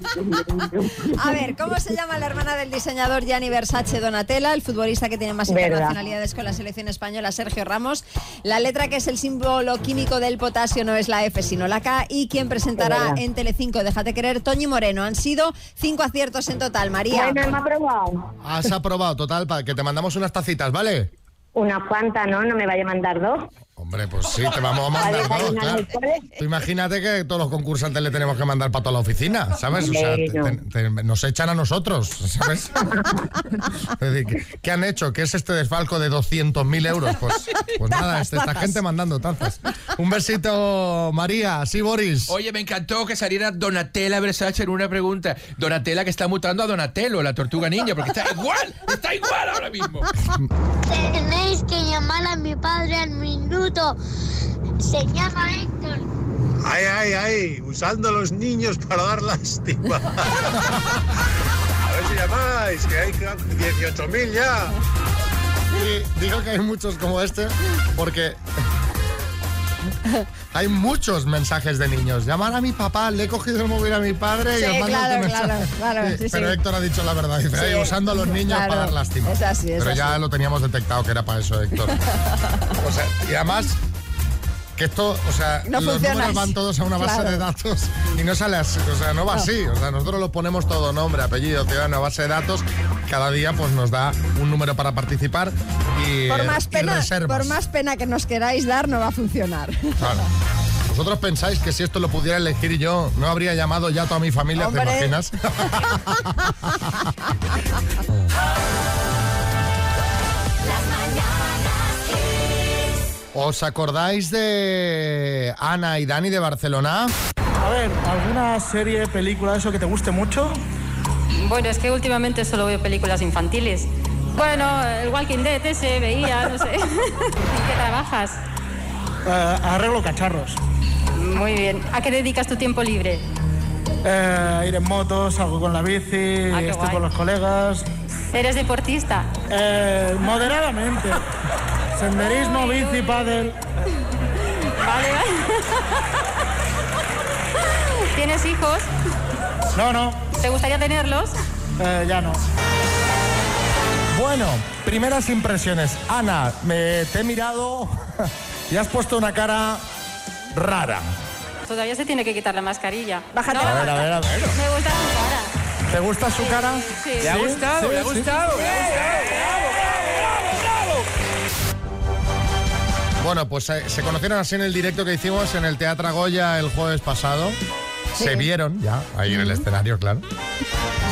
[SPEAKER 5] A ver, ¿cómo se llama la hermana del diseñador Gianni Versace Donatella, el futbolista que tiene más
[SPEAKER 15] Verdad.
[SPEAKER 5] internacionalidades con la selección española, Sergio Ramos? La letra que es el símbolo químico del potasio no es la F, sino la K. Y quien presentará
[SPEAKER 15] Verdad.
[SPEAKER 5] en Telecinco, déjate querer, Toñi Moreno. Han sido cinco aciertos en total, María.
[SPEAKER 15] Bueno, hemos probado.
[SPEAKER 2] Has aprobado, total, para que te mandamos unas tacitas, ¿vale?
[SPEAKER 15] Unas cuantas, ¿no? No me vaya a mandar dos.
[SPEAKER 2] Hombre, pues sí, te vamos a
[SPEAKER 15] Para
[SPEAKER 2] mandar. vamos,
[SPEAKER 15] desayunar en
[SPEAKER 2] claro.
[SPEAKER 15] el cole.
[SPEAKER 2] Tú imagínate que todos los concursantes le tenemos que mandar para toda la oficina, ¿sabes? O sea, te-
[SPEAKER 15] Bueno.
[SPEAKER 2] te- te- nos echan a nosotros, ¿sabes? Es decir, ¿qué- ¿qué han hecho? ¿Qué es este desfalco de 200.000 euros? Pues, pues nada, este- esta gente mandando tazas. Un besito, María. Sí, Boris.
[SPEAKER 8] Oye, me encantó que saliera Donatella Versace en una pregunta. Donatella que está mutando a Donatello, la tortuga ninja, porque está igual, está igual ahora mismo.
[SPEAKER 16] Tenéis que llamar a mi padre al minuto. Se llama Héctor.
[SPEAKER 17] Ay, ay, ay, usando a los niños para
[SPEAKER 1] [LAUGHS]
[SPEAKER 17] dar lástima. A ver si llamáis, que hay 18.000 ya.
[SPEAKER 2] Y digo que hay muchos como este porque hay muchos mensajes de niños. Llamar a mi papá, le he cogido el móvil a mi padre
[SPEAKER 5] Sí,
[SPEAKER 2] y os mando
[SPEAKER 5] claro,
[SPEAKER 2] este mensaje.
[SPEAKER 5] claro, claro, sí,
[SPEAKER 2] pero
[SPEAKER 5] sí.
[SPEAKER 2] Héctor ha dicho la verdad, dice,
[SPEAKER 5] Sí.
[SPEAKER 2] "Ay, usando a los niños
[SPEAKER 5] Claro,
[SPEAKER 2] para dar lástima.
[SPEAKER 5] es así, es
[SPEAKER 2] pero ya
[SPEAKER 5] así.
[SPEAKER 2] lo teníamos detectado que era para eso,
[SPEAKER 5] [LAUGHS]
[SPEAKER 2] Héctor. O sea, y además que esto, o sea,
[SPEAKER 5] No
[SPEAKER 2] los
[SPEAKER 5] funciona
[SPEAKER 2] números
[SPEAKER 5] así.
[SPEAKER 2] van todos a una base
[SPEAKER 5] Claro.
[SPEAKER 2] de datos y no sale así, o sea, no va
[SPEAKER 5] No.
[SPEAKER 2] así, o sea, nosotros lo ponemos todo, nombre, apellido, ciudadano, base de datos, cada día pues nos da un número para participar y,
[SPEAKER 5] Por
[SPEAKER 2] eh,
[SPEAKER 5] más,
[SPEAKER 2] y
[SPEAKER 5] pena,
[SPEAKER 2] reservas.
[SPEAKER 5] por más pena que nos queráis dar, no va a funcionar. [LAUGHS]
[SPEAKER 2] Claro. ¿Vosotros pensáis que si esto lo pudiera elegir yo, no habría llamado ya a toda mi familia,
[SPEAKER 5] Hombre.
[SPEAKER 2] te imaginas? ¿Os acordáis de Ana y Dani de Barcelona?
[SPEAKER 18] A ver, ¿alguna serie, película, eso que te guste mucho?
[SPEAKER 19] Bueno, es que últimamente solo veo películas infantiles. Bueno, el Walking Dead ese veía, no sé. [LAUGHS] ¿En qué trabajas?
[SPEAKER 18] Eh, arreglo cacharros.
[SPEAKER 19] Muy bien. ¿A qué dedicas tu tiempo libre?
[SPEAKER 18] Eh, ir en moto, salgo con la bici,
[SPEAKER 19] Ah, qué
[SPEAKER 18] estoy
[SPEAKER 19] guay.
[SPEAKER 18] con los colegas.
[SPEAKER 19] ¿Eres deportista?
[SPEAKER 18] Eh,
[SPEAKER 19] [LAUGHS]
[SPEAKER 18] moderadamente. Senderismo, bici, pádel.
[SPEAKER 19] Vale, vale. ¿Tienes hijos?
[SPEAKER 18] [LAUGHS] No, no,
[SPEAKER 19] ¿Te gustaría tenerlos?
[SPEAKER 18] eh, ya no.
[SPEAKER 2] Bueno, primeras impresiones. Ana, me, te he mirado [LAUGHS] y has puesto una cara rara.
[SPEAKER 19] Todavía se tiene que quitar la mascarilla. Bájate.
[SPEAKER 2] A ver, a ver, a ver.
[SPEAKER 19] Me gusta tu cara.
[SPEAKER 2] ¿Te gusta su cara?
[SPEAKER 19] sí.
[SPEAKER 2] ¿Sí?
[SPEAKER 19] Le ha gustado,
[SPEAKER 2] ¿Sí?
[SPEAKER 19] le ha
[SPEAKER 2] ¿Sí?
[SPEAKER 19] gustado, le ha
[SPEAKER 2] Bueno, pues eh, se conocieron así en el directo que hicimos en el Teatro Goya el jueves pasado. Se vieron ya, ahí en el escenario, claro.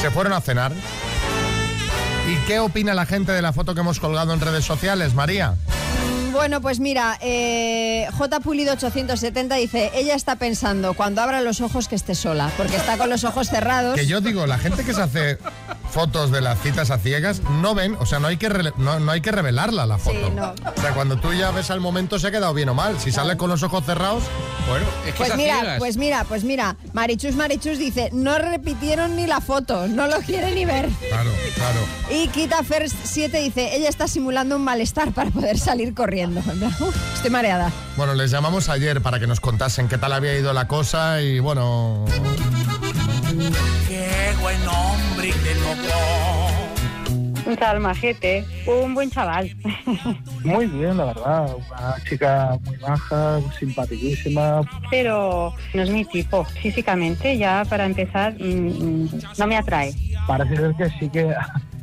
[SPEAKER 2] Se fueron a cenar. ¿Y qué opina la gente de la foto que hemos colgado en redes sociales, María?
[SPEAKER 5] Bueno, pues mira, eh, J Pulido 870 dice, ella está pensando cuando abra los ojos que esté sola, porque está con los ojos cerrados.
[SPEAKER 2] Que yo digo, la gente que se hace fotos de las citas a ciegas no ven, o sea, no hay que, rele- no, no hay que revelarla la foto.
[SPEAKER 5] no.
[SPEAKER 2] O sea, cuando tú ya ves al momento se ha quedado bien o mal. Si sale con los ojos cerrados, bueno, es
[SPEAKER 5] Pues mira, pues mira, pues mira, Marichus Marichus dice, no repitieron ni la foto, no lo quiere ni ver.
[SPEAKER 2] Claro, claro.
[SPEAKER 5] Y Kita First 7 dice, ella está simulando un malestar para poder salir corriendo. [LAUGHS] Uf, Estoy mareada. [LAUGHS]
[SPEAKER 2] Bueno, les llamamos ayer para que nos contasen qué tal había ido la cosa y bueno.
[SPEAKER 1] Qué buen hombre te
[SPEAKER 20] Un salmajete, un buen chaval. [LAUGHS]
[SPEAKER 18] Muy bien, la verdad. Una chica muy baja, simpaticísima.
[SPEAKER 20] Pero no es mi tipo. Físicamente ya para empezar mm, mm, no me atrae.
[SPEAKER 18] Parece ser que sí que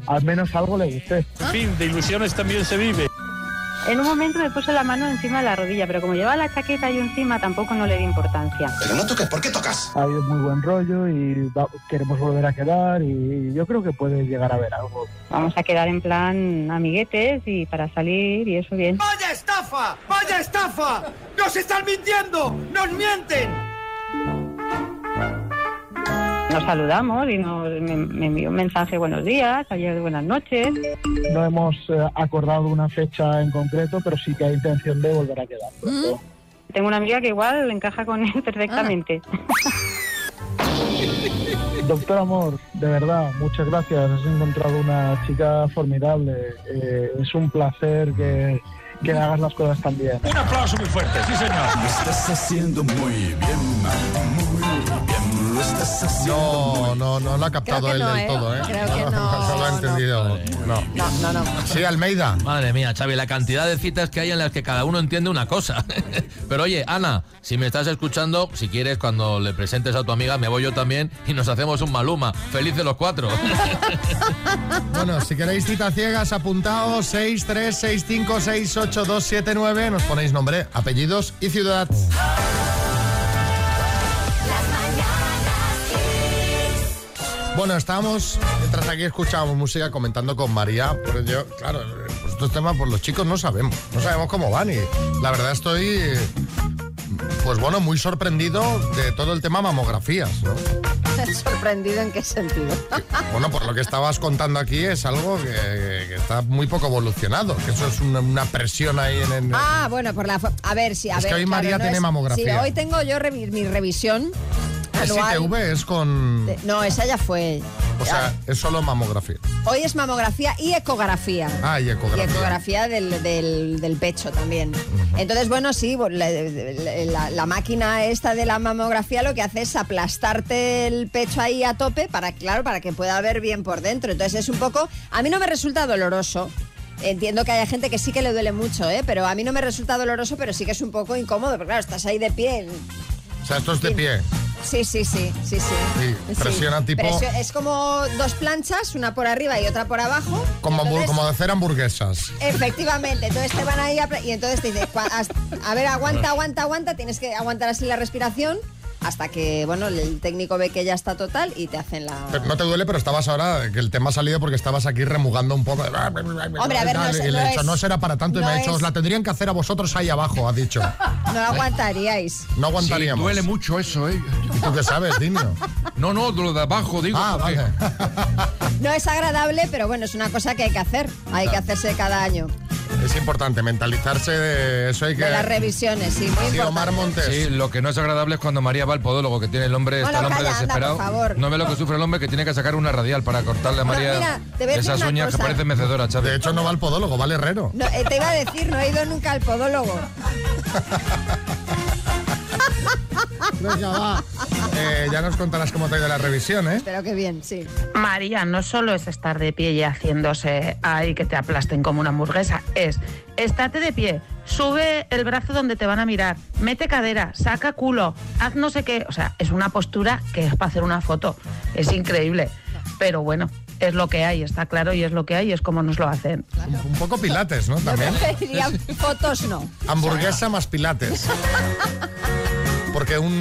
[SPEAKER 18] al menos algo le guste.
[SPEAKER 21] fin, de ilusiones también se vive.
[SPEAKER 20] En un momento me puso la mano encima de la rodilla, pero como llevaba la chaqueta yo encima tampoco no le di importancia.
[SPEAKER 18] Pero no toques, ¿por qué tocas? Ha habido muy buen rollo y va- queremos volver a quedar y yo creo que puede llegar a ver algo.
[SPEAKER 20] Vamos a quedar en plan amiguetes y para salir y eso bien.
[SPEAKER 1] ¡Vaya estafa! ¡Vaya estafa! ¡Nos están mintiendo! ¡Nos mienten!
[SPEAKER 20] Nos saludamos y nos, me, me envió un mensaje buenos días, ayer buenas noches.
[SPEAKER 18] No hemos eh, acordado una fecha en concreto, pero sí que hay intención de volver a quedar.
[SPEAKER 22] ¿Mm? Ah,
[SPEAKER 20] Tengo una amiga que igual encaja con él perfectamente.
[SPEAKER 18] Doctor Amor, de verdad, muchas gracias. Has encontrado una chica formidable. Eh, es un placer que, que hagas las cosas tan bien.
[SPEAKER 6] Un aplauso muy fuerte, sí señor.
[SPEAKER 3] Lo estás haciendo muy bien, muy bien. Lo estás
[SPEAKER 2] No, no, no lo ha captado
[SPEAKER 5] Creo que
[SPEAKER 2] él
[SPEAKER 5] no,
[SPEAKER 2] del
[SPEAKER 5] ¿eh?
[SPEAKER 2] todo, ¿eh?
[SPEAKER 5] Creo que no,
[SPEAKER 2] No lo ha entendido. No.
[SPEAKER 5] No, no, no.
[SPEAKER 2] Sí, Almeida.
[SPEAKER 23] Madre mía, Xavi, la cantidad de citas que hay en las que cada uno entiende una cosa. [LAUGHS] Pero oye, Ana, si me estás escuchando, si quieres, cuando le presentes a tu amiga, me voy yo también y nos hacemos un maluma. Felices los cuatro.
[SPEAKER 2] [LAUGHS] Bueno, si queréis citas ciegas, apuntaos 636568279. Nos ponéis nombre, apellidos y ciudad. Bueno, estábamos, mientras aquí escuchábamos música, comentando con María, pero yo, claro, pues estos temas, pues los chicos no sabemos, no sabemos cómo van y la verdad estoy, eh, pues bueno, muy sorprendido de todo el tema mamografías, ¿no?
[SPEAKER 5] ¿Sorprendido en qué sentido?
[SPEAKER 2] Bueno, por lo que estabas contando aquí es algo que, que está muy poco evolucionado, que eso es una, una presión ahí en... en-
[SPEAKER 5] [LAUGHS] Ah, bueno, por la... fo- A ver, sí, a
[SPEAKER 2] Es que
[SPEAKER 5] ver...
[SPEAKER 2] hoy María tiene mamografía.
[SPEAKER 5] Sí, hoy tengo yo revi- mi revisión
[SPEAKER 2] es
[SPEAKER 5] anual.
[SPEAKER 2] ITV, es con...
[SPEAKER 5] De- ah. No, esa ya fue.
[SPEAKER 2] O sea, es solo mamografía.
[SPEAKER 5] Hoy es mamografía y ecografía.
[SPEAKER 2] Ah, y
[SPEAKER 5] Y
[SPEAKER 2] ecografía.
[SPEAKER 5] ecografía del, del- del pecho también. Entonces, bueno, sí, bueno, la, la- la máquina esta de la mamografía lo que hace es aplastarte el pecho ahí a tope para, claro, para que pueda ver bien por dentro. Entonces es un poco... A mí no me resulta doloroso. Entiendo que hay gente que sí que le duele mucho, ¿eh? pero a mí no me resulta doloroso, pero sí que es un poco incómodo, porque claro, estás ahí de pie.
[SPEAKER 2] O sea, esto es de pie.
[SPEAKER 5] Sí, sí, sí, sí, sí.
[SPEAKER 2] Sí,
[SPEAKER 5] Sí.
[SPEAKER 2] presiona tipo...
[SPEAKER 5] Presio- es como dos planchas, una por arriba y otra por abajo.
[SPEAKER 2] Como, hamburg-
[SPEAKER 5] Entonces-
[SPEAKER 2] como de hacer hamburguesas.
[SPEAKER 5] Efectivamente, entonces te van ahí a pla- y entonces te dice, "Cua- hasta- a ver, aguanta, aguanta, aguanta, tienes que aguantar así la respiración hasta que, bueno, el técnico ve que ya está total y te hacen la...
[SPEAKER 2] Pero no te duele, pero estabas ahora, que el tema ha salido porque estabas aquí remugando un poco. Hombre,
[SPEAKER 5] a ver, no es-
[SPEAKER 2] y le
[SPEAKER 5] no
[SPEAKER 2] he dicho,
[SPEAKER 5] es-
[SPEAKER 2] no será para tanto. Y me
[SPEAKER 5] no
[SPEAKER 2] ha dicho,
[SPEAKER 5] es-
[SPEAKER 2] os la tendrían que hacer a vosotros ahí abajo, ha dicho.
[SPEAKER 5] No lo aguantaríais.
[SPEAKER 2] No aguantaríamos.
[SPEAKER 8] Sí, duele mucho eso, ¿eh?
[SPEAKER 2] ¿Y tú qué sabes, Dinio?
[SPEAKER 8] No, no, lo de abajo, digo.
[SPEAKER 2] Ah,
[SPEAKER 8] porque-
[SPEAKER 2] vale.
[SPEAKER 5] No es agradable, pero bueno, es una cosa que hay que hacer, hay que hacerse cada año.
[SPEAKER 2] Es importante mentalizarse de eso y que...
[SPEAKER 5] De las revisiones, sí, muy
[SPEAKER 2] Sí, Omar
[SPEAKER 5] importante.
[SPEAKER 2] Montes.
[SPEAKER 8] Sí, lo que no es agradable es cuando María va al podólogo, que tiene el hombre, está el
[SPEAKER 5] Bueno,
[SPEAKER 8] hombre
[SPEAKER 5] calla, anda,
[SPEAKER 8] desesperado.
[SPEAKER 5] por favor.
[SPEAKER 8] No ve lo que sufre el hombre que tiene que sacar una radial para cortarle a
[SPEAKER 5] Bueno,
[SPEAKER 8] María
[SPEAKER 5] mira, te voy a decir
[SPEAKER 8] esas
[SPEAKER 5] una
[SPEAKER 8] uñas que
[SPEAKER 5] cosa.
[SPEAKER 8] parecen mecedora, Xavi.
[SPEAKER 2] De hecho, no va al podólogo, va al herrero.
[SPEAKER 5] No, eh, te iba a decir, no he ido nunca
[SPEAKER 2] [LAUGHS]
[SPEAKER 5] al podólogo.
[SPEAKER 2] [LAUGHS] Venga, va. Eh, ya nos contarás cómo te ha ido la revisión, ¿eh?
[SPEAKER 5] Pero qué bien, sí.
[SPEAKER 24] María, no solo es estar de pie y haciéndose ahí que te aplasten como una hamburguesa, es estate de pie, sube el brazo donde te van a mirar, mete cadera, saca culo, haz no sé qué. O sea, es una postura que es para hacer una foto. Es increíble. Pero bueno, es lo que hay, está claro, y es lo que hay, y es como nos lo hacen.
[SPEAKER 2] Un poco pilates, ¿no? También.
[SPEAKER 5] Diría, fotos no.
[SPEAKER 2] Hamburguesa más pilates. Porque un,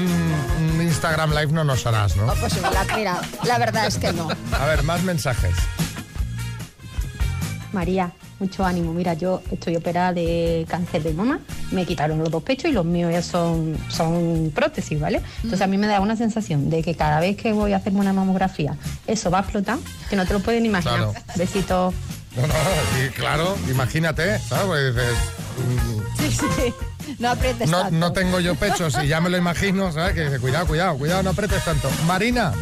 [SPEAKER 2] un Instagram Live no nos harás, ¿no?
[SPEAKER 5] Oh, pues la, mira, la verdad es que no.
[SPEAKER 2] A ver, más mensajes.
[SPEAKER 22] María, mucho ánimo. Mira, yo estoy operada de cáncer de mama, me quitaron los dos pechos y los míos ya son, son prótesis, ¿vale? Entonces a mí me da una sensación de que cada vez que voy a hacerme una mamografía, eso va a explotar, que no te lo pueden imaginar.
[SPEAKER 2] Claro.
[SPEAKER 22] Besitos.
[SPEAKER 2] No, no, y claro, imagínate, ¿sabes? Porque dices, mm,
[SPEAKER 5] Sí, sí. No aprietes
[SPEAKER 2] no,
[SPEAKER 5] tanto.
[SPEAKER 2] no tengo yo pechos y ya me lo imagino, ¿sabes? Que dice, cuidado, cuidado, cuidado, no apretes tanto. Marina.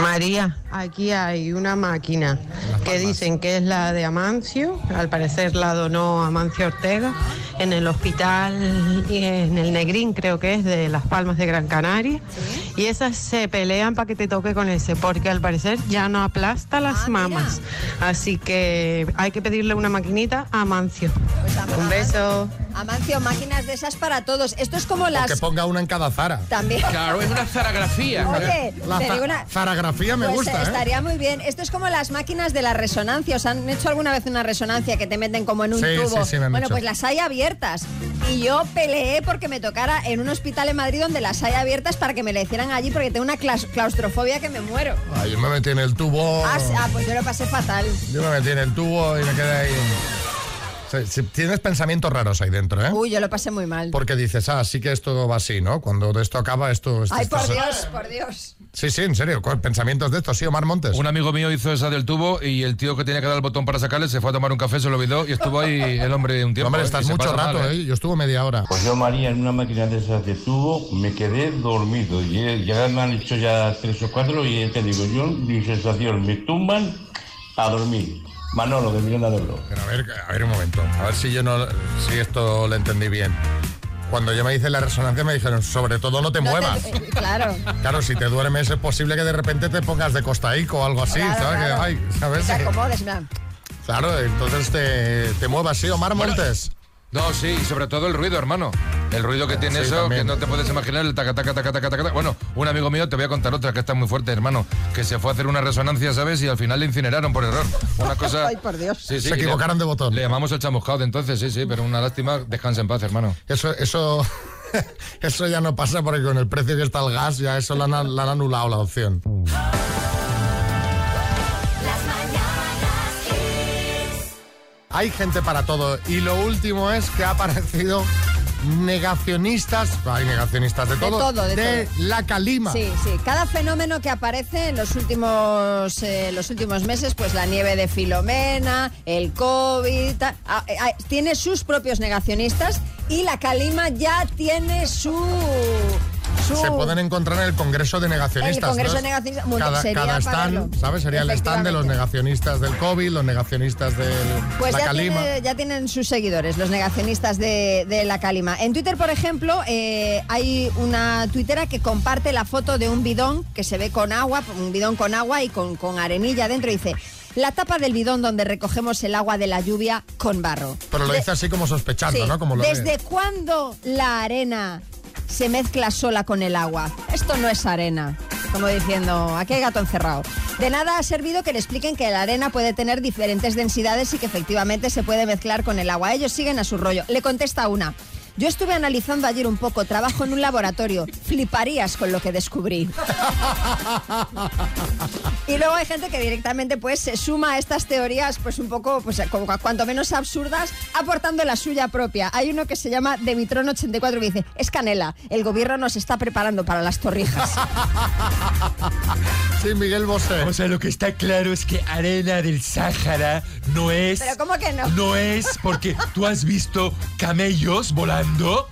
[SPEAKER 25] María, aquí hay una máquina que dicen que es la de Amancio, al parecer la donó Amancio Ortega en el hospital, eh, en el Negrín creo que es, de Las Palmas de Gran Canaria. Y esas se pelean para que te toque con ese, porque al parecer ya no aplasta las mamas. Así que hay que pedirle una maquinita a Amancio. Un beso.
[SPEAKER 5] Amancio, máquinas de esas para todos. Esto es como las...
[SPEAKER 2] Que ponga una en cada Zara.
[SPEAKER 5] También.
[SPEAKER 8] Claro, es una zaragrafía.
[SPEAKER 5] Oye,
[SPEAKER 2] La
[SPEAKER 5] te
[SPEAKER 2] za-
[SPEAKER 5] digo una-
[SPEAKER 2] zaragrafía me
[SPEAKER 5] Pues,
[SPEAKER 2] gusta,
[SPEAKER 5] eh,
[SPEAKER 2] ¿eh?
[SPEAKER 5] Estaría muy bien. Esto es como las máquinas de la resonancia. ¿Os han hecho alguna vez una resonancia que te meten como en un
[SPEAKER 2] Sí,
[SPEAKER 5] tubo?
[SPEAKER 2] sí, sí, me han
[SPEAKER 5] bueno,
[SPEAKER 2] hecho.
[SPEAKER 5] pues las hay abiertas. Y yo peleé porque me tocara en un hospital en Madrid donde las hay abiertas para que me le hicieran allí porque tengo una clas- claustrofobia que me muero.
[SPEAKER 2] Ah, yo me metí en el tubo.
[SPEAKER 5] Ah, sí, ah, pues yo lo pasé fatal.
[SPEAKER 2] Yo me metí en el tubo y me quedé ahí. Sí, sí, Tienes pensamientos raros ahí dentro, ¿eh?
[SPEAKER 5] Uy, yo lo pasé muy mal.
[SPEAKER 2] Porque dices, ah, sí que esto va así, ¿no? Cuando esto acaba, esto... esto-
[SPEAKER 5] Ay,
[SPEAKER 2] esto
[SPEAKER 5] por
[SPEAKER 2] se-
[SPEAKER 5] Dios, por Dios.
[SPEAKER 2] Sí, sí, en serio, con pensamientos de estos, sí, Omar Montes.
[SPEAKER 23] Un amigo mío hizo esa del tubo y el tío que tenía que dar el botón para sacarle se fue a tomar un café, se lo olvidó y estuvo ahí el hombre un tiempo.
[SPEAKER 2] Hombre,
[SPEAKER 23] ¿eh?
[SPEAKER 2] estás
[SPEAKER 23] Y se
[SPEAKER 2] mucho
[SPEAKER 23] pasa
[SPEAKER 2] rato,
[SPEAKER 23] mal,
[SPEAKER 2] ¿eh? Yo estuve media hora.
[SPEAKER 4] Pues yo, María, en una máquina de esas de tubo me quedé dormido. Y eh, ya me han hecho ya tres o cuatro y te digo, yo, mi sensación, me tumban a dormir. Manolo, de Miranda de Ebro.
[SPEAKER 2] Pero a ver, a ver un momento, a ver si yo no, si esto lo entendí bien. Cuando yo me hice la resonancia me dijeron, sobre todo no te
[SPEAKER 5] No te-
[SPEAKER 2] muevas.
[SPEAKER 5] eh, claro.
[SPEAKER 2] Claro, si te duermes es posible que de repente te pongas de costaico o algo así,
[SPEAKER 5] Claro,
[SPEAKER 2] ¿sabes? Que,
[SPEAKER 5] claro.
[SPEAKER 2] ay, ¿sabes?
[SPEAKER 5] Te acomodes, nada.
[SPEAKER 2] Claro, entonces te, te muevas, sí, Omar Montes.
[SPEAKER 23] No, sí, y sobre todo el ruido, hermano. El ruido que tiene
[SPEAKER 2] sí,
[SPEAKER 23] eso,
[SPEAKER 2] también.
[SPEAKER 23] que no te puedes imaginar, el taca, taca, taca, taca, taca, taca. Bueno, un amigo mío, te voy a contar otra que está muy fuerte, hermano, que se fue a hacer una resonancia, ¿sabes? Y al final le incineraron por error. Una cosa...
[SPEAKER 5] Ay, por Dios.
[SPEAKER 23] Sí, sí,
[SPEAKER 2] Se
[SPEAKER 23] y le-
[SPEAKER 2] equivocaron de botón.
[SPEAKER 23] Le llamamos el chamuscado de entonces, sí, sí, pero una lástima, descansa en paz, hermano.
[SPEAKER 2] Eso, eso, [LAUGHS] eso ya no pasa porque con el precio que está el gas ya eso la han, la han anulado la opción. Hay gente para todo y lo último es que ha aparecido negacionistas, hay negacionistas de
[SPEAKER 5] De
[SPEAKER 2] todo,
[SPEAKER 5] todo, de todo.
[SPEAKER 2] la calima.
[SPEAKER 5] Sí, sí. Cada fenómeno que aparece en los últimos, eh, los últimos meses, pues la nieve de Filomena, el COVID, ta- ah, eh, ah, tiene sus propios negacionistas y la calima ya tiene su... su-
[SPEAKER 2] Se pueden encontrar en el Congreso de Negacionistas.
[SPEAKER 5] El Congreso
[SPEAKER 2] ¿no?
[SPEAKER 5] de Negacionistas, bueno,
[SPEAKER 2] Cada,
[SPEAKER 5] sería
[SPEAKER 2] cada
[SPEAKER 5] para
[SPEAKER 2] stand,
[SPEAKER 5] verlo.
[SPEAKER 2] ¿sabes? Sería el stand de los negacionistas del COVID, los negacionistas de
[SPEAKER 5] Pues
[SPEAKER 2] la
[SPEAKER 5] ya,
[SPEAKER 2] calima.
[SPEAKER 5] tiene- ya tienen sus seguidores, los negacionistas de, de la calima. En Twitter, por ejemplo, eh, hay una tuitera que comparte la foto de un bidón que se ve con agua, un bidón con agua y con, con arenilla dentro. Y dice, la tapa del bidón donde recogemos el agua de la lluvia con barro.
[SPEAKER 2] Pero lo
[SPEAKER 5] De-
[SPEAKER 2] dice así como sospechando,
[SPEAKER 5] Sí.
[SPEAKER 2] ¿no? Como lo de-
[SPEAKER 5] ¿Desde cuándo la arena se mezcla sola con el agua? Esto no es arena. Como diciendo, aquí hay gato encerrado. De nada ha servido que le expliquen que la arena puede tener diferentes densidades y que efectivamente se puede mezclar con el agua. Ellos siguen a su rollo. Le contesta una. Yo estuve analizando ayer un poco, trabajo en un laboratorio. Fliparías con lo que descubrí. Y luego hay gente que directamente pues se suma a estas teorías pues un poco pues como cua- cuanto menos absurdas aportando la suya propia. Hay uno que se llama Demitron 84 que dice, "Es canela, el gobierno nos está preparando para las torrijas."
[SPEAKER 2] Sí, Miguel Bosé.
[SPEAKER 7] O sea, lo que está claro es que arena del Sáhara no es.
[SPEAKER 5] Pero ¿cómo que no?
[SPEAKER 7] No es porque tú has visto camellos volando.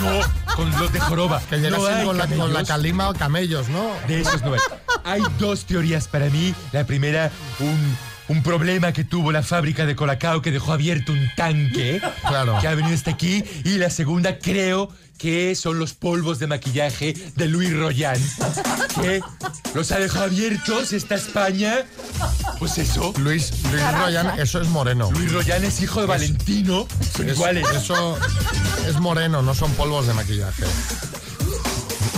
[SPEAKER 7] No, con los de joroba.
[SPEAKER 2] Que llegasen
[SPEAKER 7] no hay
[SPEAKER 2] con la- con la
[SPEAKER 7] camellos.
[SPEAKER 2] calima o camellos, ¿no?
[SPEAKER 7] De esos no hay. Hay dos teorías para mí. La primera, un. Un problema que tuvo la fábrica de Colacao que dejó abierto un tanque
[SPEAKER 2] Claro.
[SPEAKER 7] que ha venido hasta aquí. Y la segunda, creo que son los polvos de maquillaje de Luis Royán que los ha dejado abiertos esta España. Pues eso.
[SPEAKER 2] Luis, Luis Royan, eso es moreno.
[SPEAKER 7] Luis Royán es hijo de Valentino. Son
[SPEAKER 2] Es-
[SPEAKER 7] iguales.
[SPEAKER 2] Eso es moreno, no son polvos de maquillaje.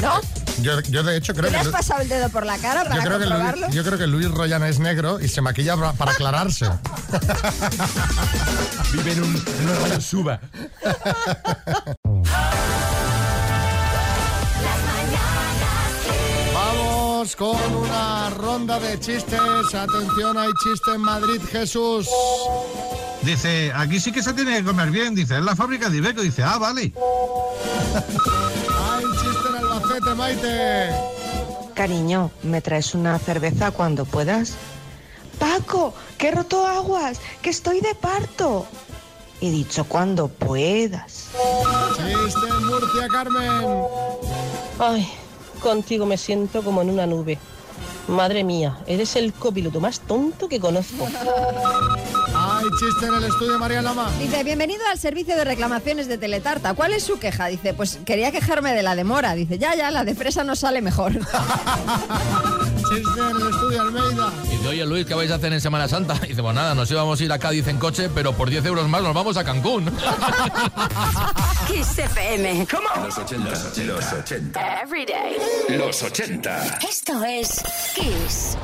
[SPEAKER 5] ¿No?
[SPEAKER 2] Yo, yo de hecho
[SPEAKER 5] ¿Te
[SPEAKER 2] creo
[SPEAKER 5] le
[SPEAKER 2] que...
[SPEAKER 5] has pasado el dedo por la cara
[SPEAKER 2] Yo
[SPEAKER 5] para
[SPEAKER 2] creo, que
[SPEAKER 5] comprobarlo?
[SPEAKER 2] Luis, yo creo que Luis Royan es negro y se maquilla para, para aclararse.
[SPEAKER 7] Vive en un en una radio suba.
[SPEAKER 2] Vamos con una ronda de chistes. Atención, hay chiste en Madrid, Jesús.
[SPEAKER 10] Dice, aquí sí que se tiene que comer bien. Dice, es la fábrica de Ibeco. Dice, ah, vale.
[SPEAKER 2] Hay chiste en Albacete, Maite.
[SPEAKER 11] [LAUGHS] Cariño, ¿me traes una cerveza cuando puedas? Paco, que he roto aguas, que estoy de parto. He dicho cuando puedas.
[SPEAKER 2] Chiste en Murcia, Carmen.
[SPEAKER 12] Ay, contigo me siento como en una nube. Madre mía, eres el copiloto más tonto que conozco.
[SPEAKER 2] Hay chiste en el estudio, María Lama.
[SPEAKER 5] Dice, bienvenido al servicio de reclamaciones de Teletarta. ¿Cuál es su queja? Dice, pues quería quejarme de la demora. Dice, ya, ya, la de fresa no sale mejor. [LAUGHS]
[SPEAKER 2] Chiste en el estudio, Almeida.
[SPEAKER 23] Y dice, oye Luis, ¿qué vais a hacer en Semana Santa? [LAUGHS] Y dice, pues nada, nos íbamos a ir a Cádiz en coche, pero por 10 euros más nos vamos a Cancún.
[SPEAKER 26] Kiss FM.
[SPEAKER 3] Los 80, los 80,
[SPEAKER 26] Every day.
[SPEAKER 3] los 80.
[SPEAKER 26] Esto es Kiss.